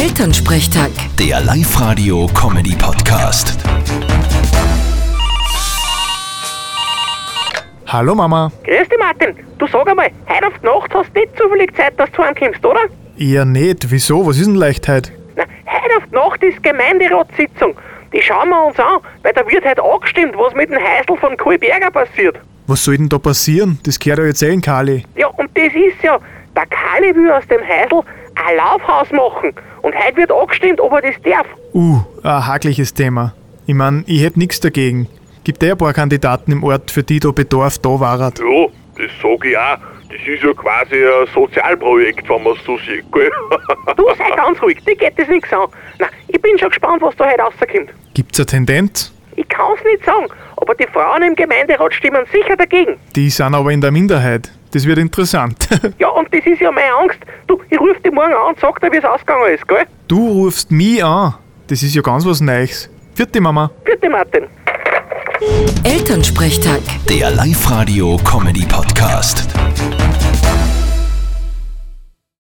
Elternsprechtag. Der Live-Radio-Comedy-Podcast. Hallo Mama. Grüß dich, Martin. Du sag einmal, heute auf die Nacht hast du nicht zufällig Zeit, dass du heimkommst, oder? Ja, nicht. Wieso? Was ist denn Leichtheit? Na, heute auf die Nacht ist Gemeinderatssitzung. Die schauen wir uns an, weil da wird heute angestimmt, was mit dem Heißel von Kohlberger passiert. Was soll denn da passieren? Das gehört ja jetzt eh in Kali. Ja, und das ist ja, der Kali will aus dem Heißel ein Laufhaus machen. Und heute wird angestimmt, ob er das darf. Uh, ein hakliches Thema. Ich mein, ich hätte nichts dagegen. Gibt eh ein paar Kandidaten im Ort, für die da Bedarf da war. Ja, das sag ich auch. Das ist ja quasi ein Sozialprojekt, wenn man es so sieht, gell? Du sei ganz ruhig, dir geht das nichts an. Na, ich bin schon gespannt, was da heute rauskommt. Gibt's eine Tendenz? Ich kann's nicht sagen, aber die Frauen im Gemeinderat stimmen sicher dagegen. Die sind aber in der Minderheit. Das wird interessant. Ja, und das ist ja meine Angst. Du, ich ruf dich morgen an und sag dir, wie es ausgegangen ist, gell? du rufst mich an. Das ist ja ganz was Neues. Vierte Mama. Bitte, Martin. Elternsprechtag. Der Live-Radio-Comedy-Podcast.